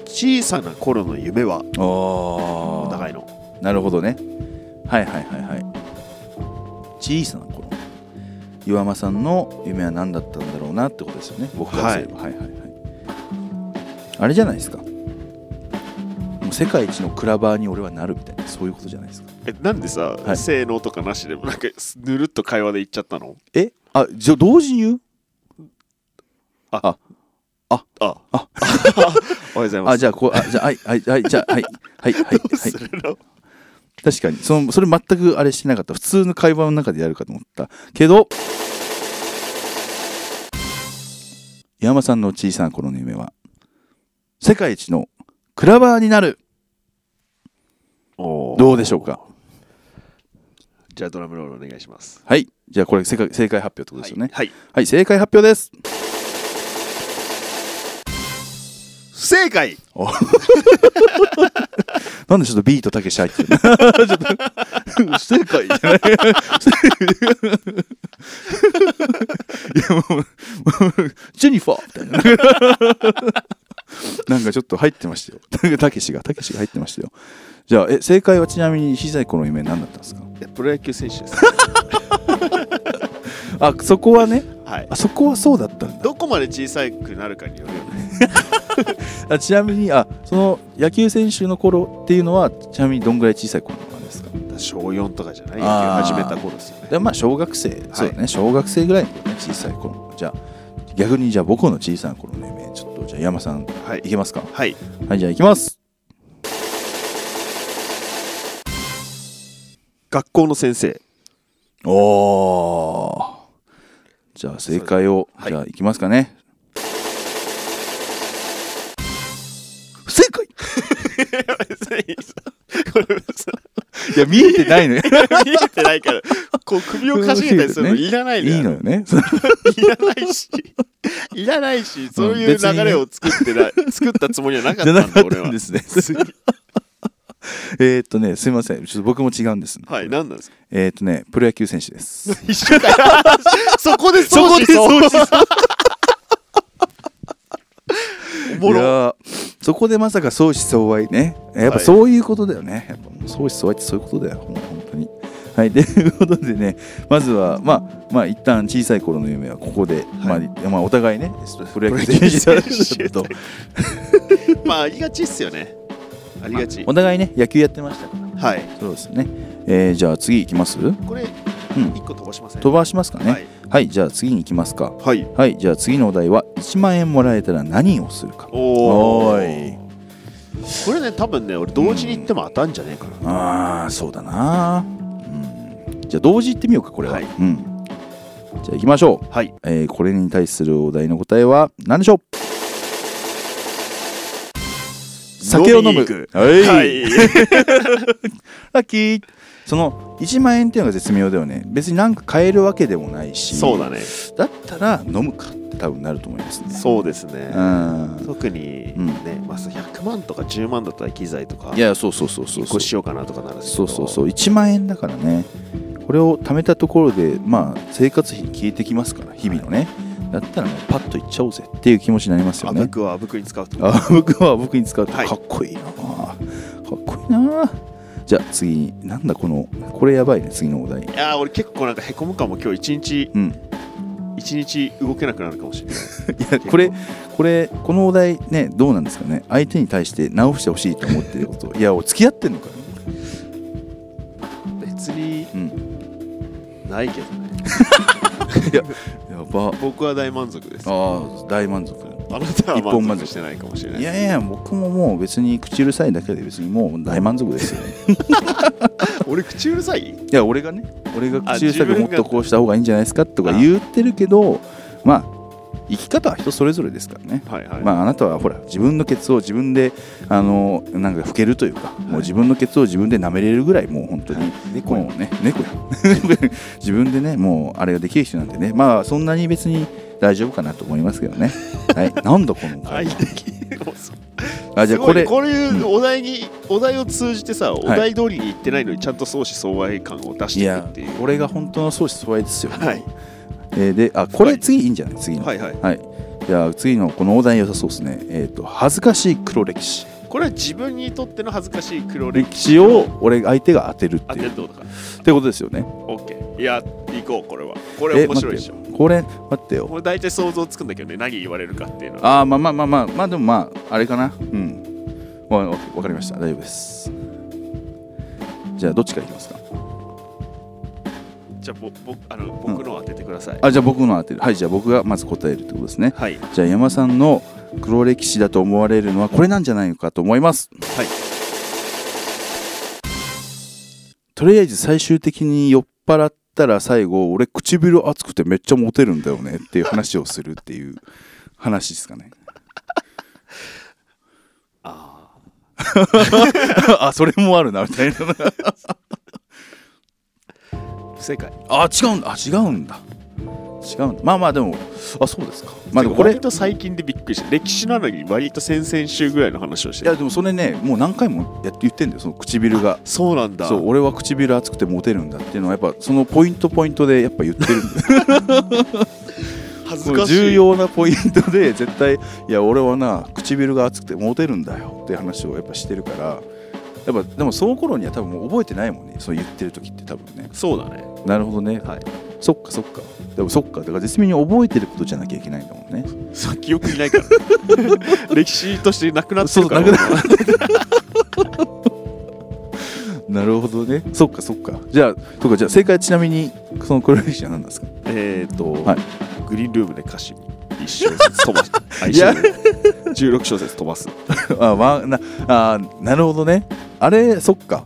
S2: 小さな頃の夢は
S1: あ
S2: お
S1: お
S2: 互いの
S1: なるほどねはいはいはいはい小さな頃岩間さんの夢は何だったんだろうなってことですよね僕からすれば、はい、はいはいあれじゃないですかもう世界一のクラバーに俺はなるみたいなそういうことじゃないですか
S2: えなんでさ、
S1: はい
S2: 性能とかなしでもなんかぬるっと会話で言っちゃったの
S1: えあじゃあ同時に言う
S2: あ
S1: あ
S2: あ
S1: あ
S2: おはようございます
S1: あ、じゃあ、こう、あ、じゃあ、はい、はい、はい、じゃあ、はい、はい、はい、は い。
S2: どうするの
S1: 確かに、その、それ全くあれしてなかった。普通の会話の中でやるかと思った。けど、岩間さんの小さな頃の夢は、世界一のクラバーになる。
S2: おー
S1: どうでしょうか
S2: じゃあドラムロールお願いします
S1: はい。じゃあ、これ正解、正解発表ってことですよね。
S2: はい、はい
S1: はい、正解発表です。
S2: 不正解
S1: なんでちょっとビートたけし入ってるのちょっと不正解じゃないいやもうもうジェニファーみたいななんかちょっと入ってましたよ なんかたけしがたけしが入ってましたよじゃあえ正解はちなみに小さい頃の夢何だったんですか
S2: プロ野球選手です
S1: あそこはね
S2: はい
S1: あそこはそうだったんだ
S2: どこまで小さくなるかによるよね
S1: あちなみにあその野球選手の頃っていうのはちなみにどんぐらい小さい頃なんですか
S2: 小4とかじゃない
S1: あー
S2: 野球始めた頃ですよね
S1: でまあ小学生、そうだね小学生ぐらいのね小さい頃じゃあ逆にじゃあ僕の小さな頃の夢ちょっとじゃあ山さんい
S2: はい
S1: けますか
S2: はい
S1: はいじゃあいきます
S2: 学校の先生
S1: おおじゃあ正解を、
S2: はい
S1: じゃあいきますかね不正解
S2: これさ
S1: いや見えてない のよ
S2: 見えてないからこう首をかしげたりするのいらないのよ
S1: いいの よね
S2: いらないしいらないしそういう流れを作ってな、作ったつもりはなかった
S1: じゃ
S2: ん
S1: な
S2: だ
S1: かっ
S2: 俺
S1: た
S2: は
S1: んですね えーっとねすいませんちょっと僕も違うんです、
S2: はい何なんですか
S1: えーっとねプロ野球選手です
S2: 一緒かよそこで
S1: そこ
S2: 相思
S1: で
S2: 相
S1: 相
S2: 思
S1: 思相
S2: おも
S1: い
S2: ろ
S1: やーそこでまさか相思相愛ねやっ
S2: は
S1: ぱ
S2: い
S1: そういうことだよね、やっぱもう相思相愛ってそういうことだよもう本当にはいということでねまずはまあまあ一旦小さい頃の夢はここで、まあ、まあお互いねプロ野球
S2: プロ野球
S1: 選
S2: 選
S1: 手
S2: 手
S1: と
S2: まあありがちっすよねありがち
S1: お互いね野球やってましたから
S2: はい
S1: そうですね、えーじゃあ次いきます
S2: これ
S1: ん
S2: 一個飛ばしません
S1: 飛ばしますかねは
S2: はいい、
S1: じゃあ次に行きますか
S2: はい
S1: はいじゃあ次のお題は1万円もらえたら何をするか
S2: お
S1: お
S2: ー
S1: ーい
S2: これね多分ね俺同時に行っても当たんじゃねえかな
S1: あーそうだな、うん、じゃあ同時行ってみようかこれは、
S2: はい
S1: うん、じゃあ行きましょう、
S2: はい
S1: えーこれに対するお題の答えは何でしょう酒を飲む
S2: 飲みに行く
S1: はい、
S2: はい
S1: ラッキーその1万円っていうのが絶妙だよね別に何か買えるわけでもないし
S2: そうだね
S1: だったら飲むかって多分なると思いますね
S2: そうですね
S1: うん
S2: 特に
S1: うん
S2: ねまあそう100万とか10万だったら機材とか
S1: いやそうそうそうそう
S2: 引っ
S1: そう
S2: 越ししようかなとかなるんですけ
S1: そ
S2: ど
S1: うそうそう1万円だからねこれを貯めたところでまあ生活費消えてきますから日々のねだったらもうパッといっちゃおうぜっていう気持ちになりますよ
S2: あ
S1: ね
S2: 僕はあぶくに使うと
S1: あ僕は僕に使うとか
S2: は
S1: っ
S2: い
S1: こいいな、かっこいいなじゃあ次なんだこのこれやばいね次のお題
S2: いやー俺結構なんかへこむかも今日一日
S1: うん
S2: 一日動けなくなるかもしれない
S1: いやこれこれこのお題ねどうなんですかね相手に対して直してほしいと思ってることいやお付き合ってんのかよ
S2: 別に
S1: うん
S2: ないけどね
S1: やば
S2: 僕は大満足ですあ
S1: ああ大満足
S2: なたは
S1: 一本
S2: 満
S1: 満足
S2: 足してないかもしれない
S1: いやいや僕ももう別に口うるさいだけで別にもう大満足です よ、
S2: 俺口うるさい
S1: いや俺がね俺が口うるさ
S2: あ自
S1: く
S2: 分
S1: もっ
S2: が
S1: とこうした方がいいんじゃないですかとか言ってるけどまあ生き方は人それぞれですからね、
S2: はいはい、
S1: まあ、あなたはほら自分のケツを自分であのなんか拭けるというか、もう自分のケツを自分で舐めれるぐらいもう本当に、猫もうね猫や 自分でねもうあれができる人なんでねまあそんなに別に大丈夫かなと思いますけどね はいなんだこの
S2: 愛的もうそう
S1: あじゃ
S2: す
S1: あ
S2: ご
S1: こ
S2: いね
S1: れ
S2: こういうお題に、お題を通じてさお
S1: は
S2: 題通りに言ってないのにちゃんと相思相愛感を出し
S1: い
S2: ていく
S1: や
S2: っていう
S1: これが本当の相思相愛ですよ、
S2: はい
S1: えーであこれ
S2: はい
S1: 次いいんじゃない次の
S2: はいはい
S1: はい、じゃあ次のこのお題良さそうですねえっ、と恥ずかしい黒歴史
S2: これは自分にとっての恥ずかしい黒歴
S1: 歴
S2: 史
S1: 史
S2: を
S1: を俺相手が当てるって
S2: 当て
S1: いう
S2: るっ
S1: って
S2: ことか
S1: てことですよね
S2: OK いや行こうこれはこれ面白いでしょ
S1: え待ってよこれ待ってよ
S2: もう大体想像つくんだけどね何言われるかっていうのは
S1: ああまあまあまあまあまあでもまああれかなうんわわわかりました大丈夫ですじゃあどっちからいきますか
S2: じゃあぼぼあの僕のを当ててください、
S1: あじゃあ僕の当てるはいじゃあ僕がまず答えるってことですね
S2: はい
S1: じゃあ山さんの黒歴史だと思われるのはこれなんじゃないのかと思います
S2: はい
S1: とりあえず最終的に酔っ払ったら最後俺唇熱くてめっちゃモテるんだよねっていう話をするっていう話ですかねあ それもあるなみたいな
S2: 不正解
S1: あ違うんだあ違うんだ違うんだまあまあでもあそうですかまあでもこれ
S2: 割と最近でびっくりした歴史なのに割と先々週ぐらいの話をし
S1: い
S2: て
S1: や
S2: る
S1: でもそれねもう何回もやって言ってんだよその唇が
S2: そうなんだ
S1: そう俺は唇熱くてモテるんだっていうのはやっぱそのポイントポイントでやっぱ言ってるん だよ
S2: 恥ず
S1: その
S2: かしい
S1: 重要なポイントで絶対いや俺はな唇が熱くてモテるんだよっていう話をやっぱしてるからやっぱでもその頃には多分もう覚えてないもんねそう言ってる時って多分ね
S2: そうだね
S1: なるほどね、
S2: はい
S1: そっかそっかでもそっかだから絶妙に覚えてることじゃなきゃいけないんだもんね
S2: そう記憶にないから 歴史としてなくなって
S1: そ
S2: る
S1: う
S2: から
S1: なくな なるほどねそっかそっかじゃあとかじゃあ正解ちなみにその黒歴史は何なんですか
S2: えっと、
S1: はい
S2: グリーンルームで歌詞一小節飛ばすあ
S1: いや
S2: 一小節16小節飛ばす
S1: あ、まあ、なあーなるほどねあれそっか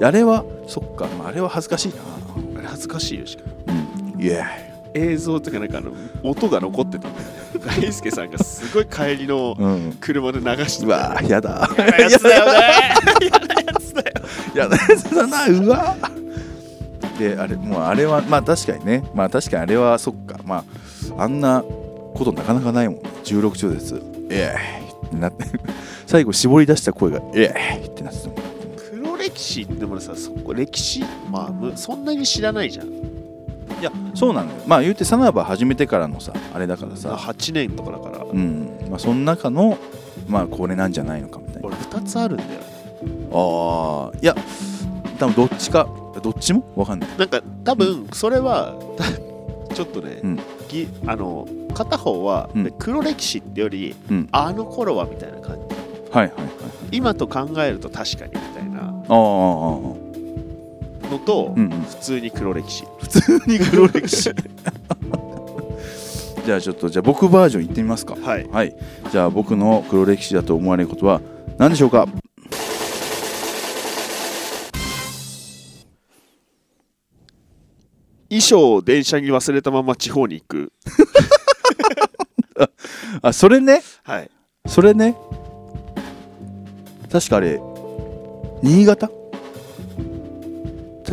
S1: あれはそっか、まあ、あれは恥ずかしいな
S2: あれ恥ずかしいよしかも
S1: うんいや
S2: 映像とかなんかあの音が残ってたんだよね大輔さんがすごい帰りの
S1: うん
S2: 車で流して
S1: う
S2: た
S1: わーやだ
S2: やつだよね
S1: やだやつだなうわであれもうあれはまあ確かにねまあ確かにあれはそっかまああんなことなかなかないもんね16小節「ええ」ってなって最後絞り出した声が「ええ」ってなってたもん
S2: 黒歴史ってもさそこ歴史まあむそんなに知らないじゃん
S1: いやそうなのよまあ言うてサナバ始めてからのさあれだから
S2: さ
S1: さ
S2: 8年とかだから
S1: うんまあその中のまあこれなんじゃないのかみたいな
S2: 俺2つあるんだよ
S1: ああいや多分どっちかどっちもわかんない
S2: なんか多分それはたちょっとね、
S1: うん
S2: ぎあの片方は
S1: うん
S2: 黒歴史ってより、
S1: うん
S2: あの頃はみたいな感じ
S1: はいはいはい
S2: 今と考えると確かにみたいな
S1: ああああああ
S2: のと、
S1: うんうん
S2: 普通に黒歴史
S1: 普通に黒歴史じゃあちょっとじゃあ僕バージョンいってみますか
S2: はい
S1: はいじゃあ僕の黒歴史だと思われることは何でしょうか
S2: 衣装を電車に忘れたまま地方に行く
S1: あそれね
S2: はい
S1: それね確かあれ新潟確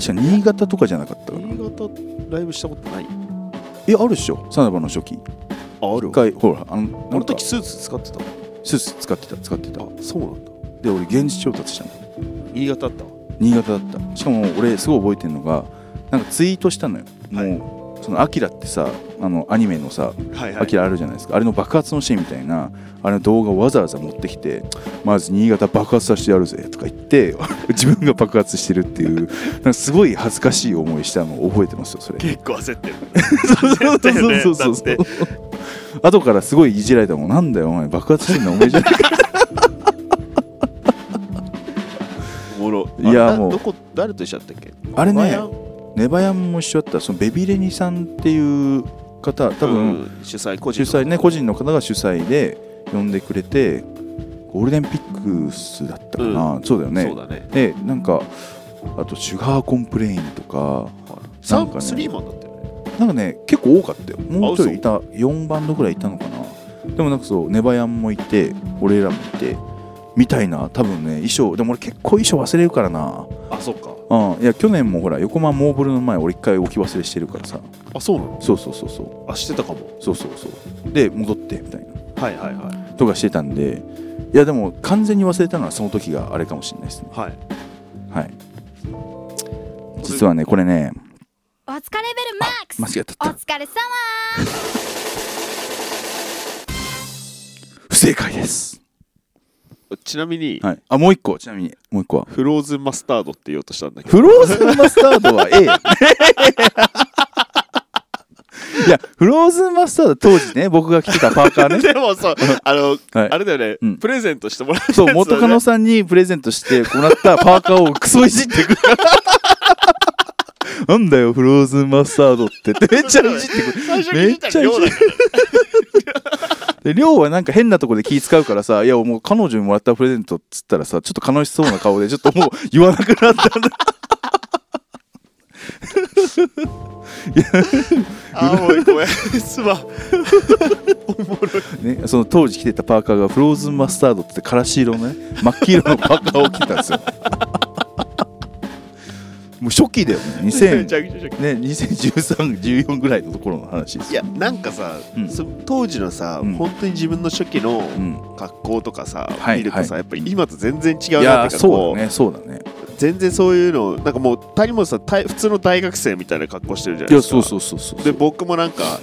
S1: か新潟とかじゃなかったかな
S2: 新潟ライブしたことない
S1: えあるっしょサナバの初期
S2: あ
S1: 一回ほら
S2: あ
S1: あのなん
S2: の
S1: か
S2: 時スーツ使ってた
S1: スーツ使ってた使ってた
S2: あそうなんだ
S1: で俺現地調達したの
S2: 新潟あったわ
S1: 新潟だったしかも俺すごい覚えてるのがなんかツイートしたのよ、もうそのアキラってさあのアニメのさ、
S2: はい
S1: アキラあるじゃないですかあれの爆発のシーンみたいなあれの動画をわざわざ持ってきてまず新潟爆発させてやるぜとか言って 自分が爆発してるっていうなんかすごい恥ずかしい思いしたのを覚えてますよそれ
S2: 結構焦ってる
S1: そう
S2: だよね
S1: そうそうそう後からすごいいじられたもんなんだよお前爆発してんのお前じ ゃないか
S2: おもろ
S1: いや
S2: あ
S1: もう
S2: どこ誰と一緒だったっけ
S1: あれ
S2: ワ
S1: ね
S2: ヤン
S1: ネバヤンも一緒だったそのベビレニさんっていう方多分、
S2: うん主催個
S1: 主
S2: 人の
S1: 催ね個人の方が主催で呼んでくれてゴールデンピックスだったかな、そうだよね
S2: そうだね
S1: でなんかあと「シュガーコンプレイン」とか
S2: サ
S1: なんか
S2: ン
S1: ね
S2: スリーマンだったよね
S1: なんかね結構多かったよもうちょ
S2: あ嘘
S1: いいた4バンドぐらいいたのかなでもなんかそうネバヤンもいて俺らもいてみたいな多分ね衣装でも俺結構衣装忘れるからな
S2: あそっか
S1: うんいや去年もほら横浜モーブルの前俺一回置き忘れしてるからさ
S2: あそうなの
S1: そうそうそうそう
S2: あしてたかも
S1: そうそうそうで戻ってみたいな
S2: はいはいはい
S1: とかしてたんでいやでも完全に忘れたのはその時があれかもしれないですね
S2: はい
S1: はい実はねこれね
S4: お疲れレベルマックス
S1: 間違った
S4: お疲れ様
S1: 不正解です、
S2: ちなみに、
S1: はい、あもう一個ちなみにもう一個は
S2: フローズンマスタードって言おうとしたんだけど
S1: フローズンマスタードは A いやフローズンマスタード当時ね僕が着てたパーカー ね
S2: でもそうあの、
S1: はい
S2: あれだよね、
S1: うん
S2: プレゼントしてもらったやつだ よ
S1: そう
S2: ね
S1: 元カノさんにプレゼントしてもらったパーカーをクソいじってくる なんだよフロー ズンマスタードってってめっちゃいじってくる
S2: 最初に見たら
S1: めっちゃいじ
S2: 量だよね
S1: でりょうはなんか変なとこで気使うからさ「いやもう彼女にもらったプレゼント」っつったらさちょっと悲しそうな顔でちょっともう言わなくなったんだ
S2: あもうごめんすまん
S1: ねその当時着てたパーカーがフローズンマスタードってからし色 のね真っ黄色のパーカーを着てたんです よもう初期だよね
S2: め
S1: 2000
S2: ちゃくちゃショック
S1: ね201314ぐらいのところの話です
S2: いやなんかさ、
S1: うん
S2: そ当時のさ、
S1: うん
S2: 本当に自分の初期の
S1: うん
S2: 格好とかさ、
S1: はい
S2: 見るとさ、
S1: はい
S2: やっぱり今と全然違
S1: いう
S2: な
S1: や
S2: っていうか
S1: そう
S2: こ
S1: だねそうだね
S2: う全然そういうのなんかもう谷本さん大普通の大学生みたいな格好してるじゃない
S1: い
S2: で
S1: や
S2: すか
S1: そうそうそうそう
S2: で僕もなんか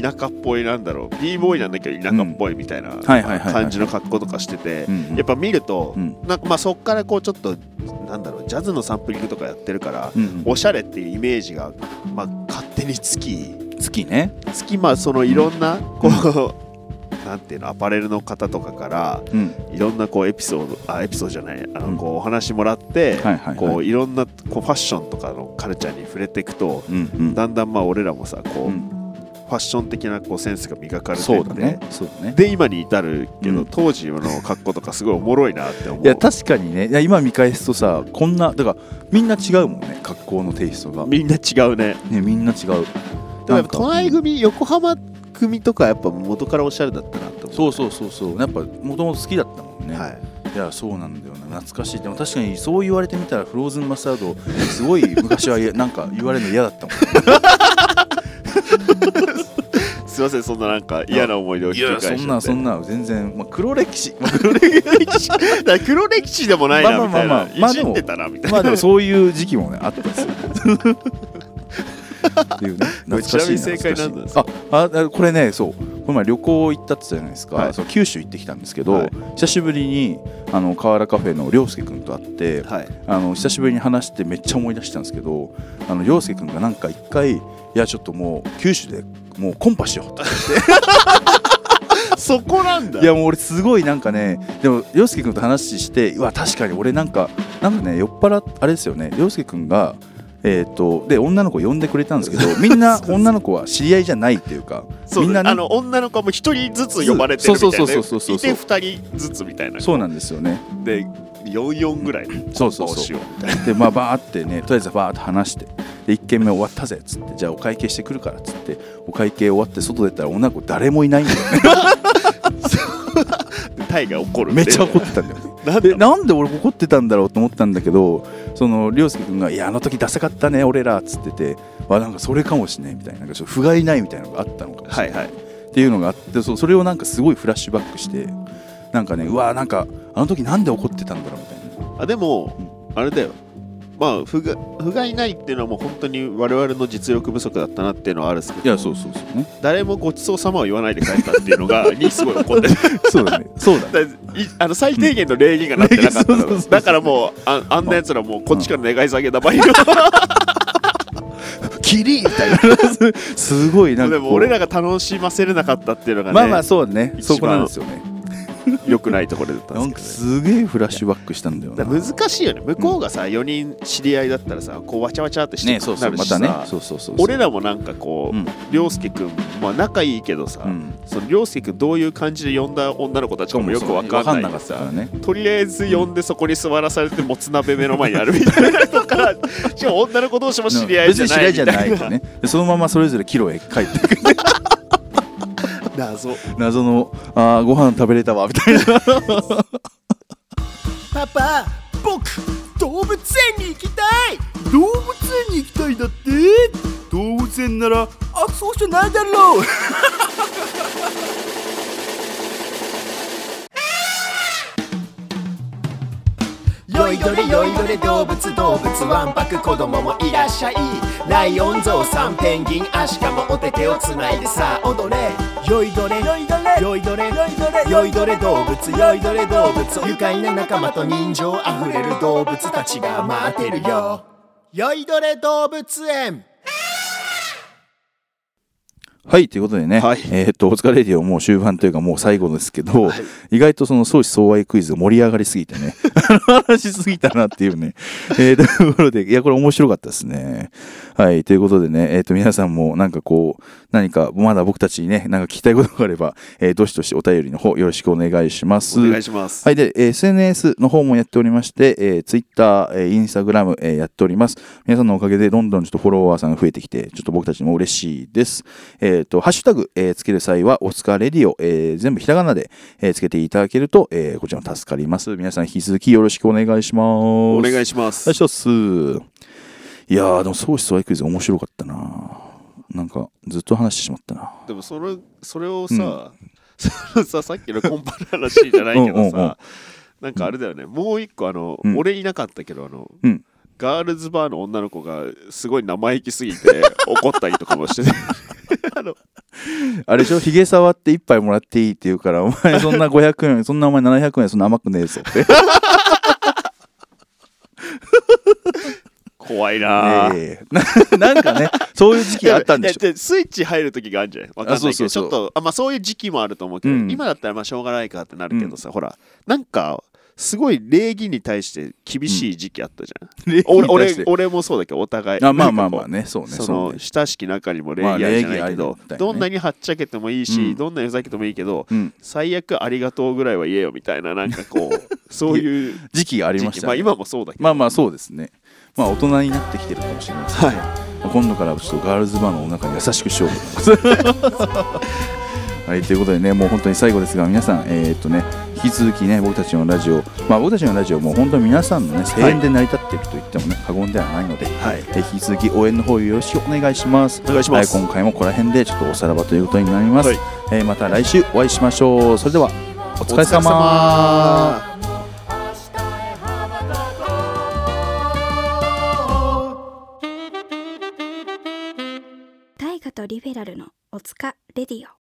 S2: 田舎っぽいなんだろう b ボーイなんだけど田舎っぽいみたいな
S1: はいはいはいはい
S2: 感じの格好とかしてて
S1: う、んうん
S2: やっぱ見ると、
S1: うん
S2: なんかまあそっからこうちょっとなんだろうジャズのサンプリングとかやってるから、
S1: うんうん
S2: おしゃれっていうイメージが、まあ、勝手につき
S1: 好きね
S2: つきまあそのいろんなこう、なんていう のアパレルの方とかから
S1: うん
S2: いろんなこうエピソードあエピソードじゃないあのこうお話もらって、
S1: はいはいはい
S2: こういろんなこうファッションとかのカルチャーに触れていくと、
S1: うんうん
S2: だんだんまあ俺らもさこう、
S1: う
S2: フ
S1: ん
S2: ァッション的なこうセンスが磨かれてって
S1: そうだねそうだね
S2: で今に至るけど、
S1: うん
S2: 当時の格好とかすごいおもろいなって思う
S1: いや確かにねいや今見返すとさこんなだからみんな違うもんね格好のテイストがね
S2: みんな違うね
S1: みんな違う
S2: でも
S1: な
S2: やっ
S1: ん
S2: ぱ
S1: か
S2: 都内組横浜組とかやっぱ元からおしゃれだったなって思う
S1: そうそうそうそうやっぱもともと好きだったもんね、
S2: はい、
S1: いやそうなんだよな懐かしいでも確かにそう言われてみたらフローズンマスタードすごい昔はいやなんか言われるの嫌だったもん
S2: すいませんそんななんか 嫌な思い出を引
S1: い
S2: き返
S1: や
S2: しちゃ
S1: そ
S2: って
S1: んなそんな全然、まあ、黒歴史ま
S2: だから 黒歴史でもないなみたい
S1: まあまあまあ
S2: な
S1: まあ
S2: いじってたなみたい
S1: あで
S2: な
S1: もそういう時期もねあったんですよっていうね懐かしい
S2: ちなみに正解何なんですか
S1: 懐かしいああこれねそうこの前旅行行ったって言ったじゃないですか、
S2: はい
S1: そう九州行ってきたんですけど、
S2: はい
S1: 久しぶりにあの河原カフェの涼介君と会って、
S2: はい
S1: あの久しぶりに話してめっちゃ思い出したんですけどあの陽介君がなんか一回いやちょっともう九州でもうコンパしようと
S2: そこなんだ
S1: いやもう俺すごいなんかねでも陽介君と話してうわ確かに俺なんかなんかね酔っ払っあれですよね陽介君がえー、とで女の子呼んでくれたんで すけどみんな女の子は知り合いじゃないっていうか
S2: そう
S1: みんなね
S2: あの女の子はもう一人ずつ呼ばれてるみたいな
S1: そうそうそうそうそう
S2: いて二人ずつみたいな
S1: そうなんですよね
S2: で44ぐらい
S1: そうそうそう
S2: どしよみたいな
S1: でまあバーってねとりあえずバーって話してで1軒目終わったぜっつってじゃあお会計してくるからっつってお会計終わって外出たら女の子誰もいないんだよね
S2: タイが怒る
S1: めっちゃ怒ってたんだよね
S2: なん
S1: で
S2: で
S1: なんで俺怒ってたんだろうと思ったんだけどその涼介君が「いやあの時ダサかったね俺ら」っつってて「わなんかそれかもしれない」みたいななんかちょっと不甲斐ないみたいなのがあったのかもし
S2: は
S1: れない
S2: いはい
S1: っていうのがあってそうそれをなんかすごいフラッシュバックしてなんかねうわなんかあの時なんで怒ってたんだろうみたいな
S2: あでも、あれだよまあ不が不甲斐ないっていうのはもう本当に我々の実力不足だったなっていうのはあるんですけど
S1: いやそうそうそうね
S2: 誰もごちそうさまを言わないで帰ったっていうのがにすごい怒ってる
S1: そうだねそうだね
S2: だい あの最低限の礼儀がなってなかった
S1: うんそうそうそう
S2: の
S1: そう
S2: だからもうああんなやつらもうこっちから願い下げだばいよ
S1: キリみたいなすごいな ん
S2: で
S1: かこ
S2: も
S1: う
S2: 俺らが楽しませれなかったっていうのがね、
S1: まあまあそうだね
S2: 一
S1: そ
S2: 番
S1: こなんですよね
S2: 良くないところだった
S1: なんん
S2: で
S1: か
S2: す
S1: すげえフラッシュバックしたんだよ
S2: け
S1: な
S2: ど、ね、難しいよね向こうがさ4人知り合いだったらさこうわちゃわちゃってして
S1: ね
S2: く
S1: そうそ
S2: な
S1: う
S2: る
S1: ま
S2: したさ、
S1: ねそうそうそうそう
S2: 俺らもなんかこ
S1: うん
S2: う涼介君まあ仲いいけどさ、
S1: うん
S2: その涼介君どういう感じで呼んだ女の子たちかもよくわかんない
S1: わかんなかったからね
S2: とりあえず呼んでそこに座らされてもつ鍋目の前にあるみたいなとかしかも女の子同士も知り合いじゃ
S1: 別に知り
S2: な
S1: 合
S2: い
S1: い
S2: み
S1: じ
S2: たい
S1: ゃ
S2: な
S1: ないからねでそのままそれぞれキロへ帰っていく
S2: 謎
S1: 謎のあーご飯食べれたわみたいな
S7: パパ僕動物園に行きたい動物園に行きたいだって動物園ならあそうじゃないだろう よいどれよいどれ動物動物わんぱく子供もいらっしゃいライオンゾウさんペンギンアシカもお手手をつないでさあ踊れよいどれよいどれよいどれよいどれ動物よいどれ動物愉快な仲間と人情あふれる動物たちが待ってるよよいどれ動物園
S1: はい、ということでね、
S2: はい
S1: えーっと、お疲れディオもう終盤というかもう最後ですけど、意外とその相思相愛クイズ盛り上がりすぎてね、 話しすぎたなっていうね、えーところで、いや、これ面白かったですね。はい、ということでね、えーっと、皆さんもなんかこう、何かまだ僕たちにね、なんか聞きたいことがあれば、えーどしどしお便りの方よろしくお願いします。
S2: お願いします。
S1: はい。で、えー SNS の方もやっておりまして、えー、Twitter、えー、Instagram、えーやっております。皆さんのおかげでどんどんちょっとフォロワーさんが増えてきて、ちょっと僕たちも嬉しいです。えっ、と、ハッシュタグ、えーつける際は、おつかレディオ、えー全部ひらがなで、えーつけていただけると、えーこちらも助かります。皆さん引き続きよろしくお願いします。お
S2: お願い
S1: し
S2: しま
S1: ま
S2: す。
S1: す。お願いします。いやー、でも、相思相愛クイズ面白かったななんか、ずっと話してしまったな
S2: でもそれそれをさ、そのささっきのコンパの話じゃないけど
S1: うんうんうん
S2: さ、なんかあれだよね。もう一個あの、
S1: うん
S2: 俺いなかったけどあの、
S1: うん
S2: ガールズバーの女の子がすごい生意気すぎて怒ったりとかも してて、あの
S1: あれでしょ、ひげ触って一杯もらっていいって言うから、お 前そんな500円、そんなお前700円、そんな甘くねえぞって。
S2: 怖い なあ。
S1: ええな なんかね、そういう時期があったんでし
S2: いやいやスイッチ入る時があるんじゃないわかんないけど
S1: あそうそうそう
S2: ちょっとあ、まあ、そういう時期もあると思うけど、
S1: うん
S2: 今だったらまあしょうがないかってなるけどさ、ほらなんかすごい礼儀に対して厳しい時期あったじゃん、
S1: ょ。
S2: 俺
S1: 礼儀に対し
S2: 俺
S1: て
S2: 俺もそうだけどお互い
S1: あまあま
S2: な
S1: あ
S2: んかこ
S1: まあね、そう
S2: う
S1: ね。
S2: そ
S1: そう
S2: の
S1: ね
S2: 親しき中にも礼儀あ
S1: まあ
S2: りじゃないけ
S1: 礼儀あ
S2: ど
S1: りみたいな
S2: ど
S1: ね、
S2: んなにはっちゃけてもいいし、
S1: うん
S2: どんなにふざけてもいいけど、
S1: うん
S2: 最悪ありがとうぐらいは言えよみたいななんかこ うそういう時期
S1: 時期がありましたね、
S2: まあ今もそうだけど、
S1: まあまあそうですね。まあ大人になってきてるかもしれないですね。まあ今度からちょっとガールズバーのお腹に優しくしよう と思います。はい、ということでね、もう本当に最後ですが、皆さん、えーっとね、引き続きね、僕たちのラジオ、まあ、僕たちのラジオも本当に皆さんのね、声援で成り立っていると言ってもね、過言ではないので、
S2: はい
S1: えー引き続き応援の方よろしくお願いします。
S2: お願いします
S1: はい、今回もここら辺でちょっとおさらばということになります。
S2: はい
S1: えーまた来週お会いしましょう。それでは、お疲れ様。
S4: 大河とリベラルのおつかレディオ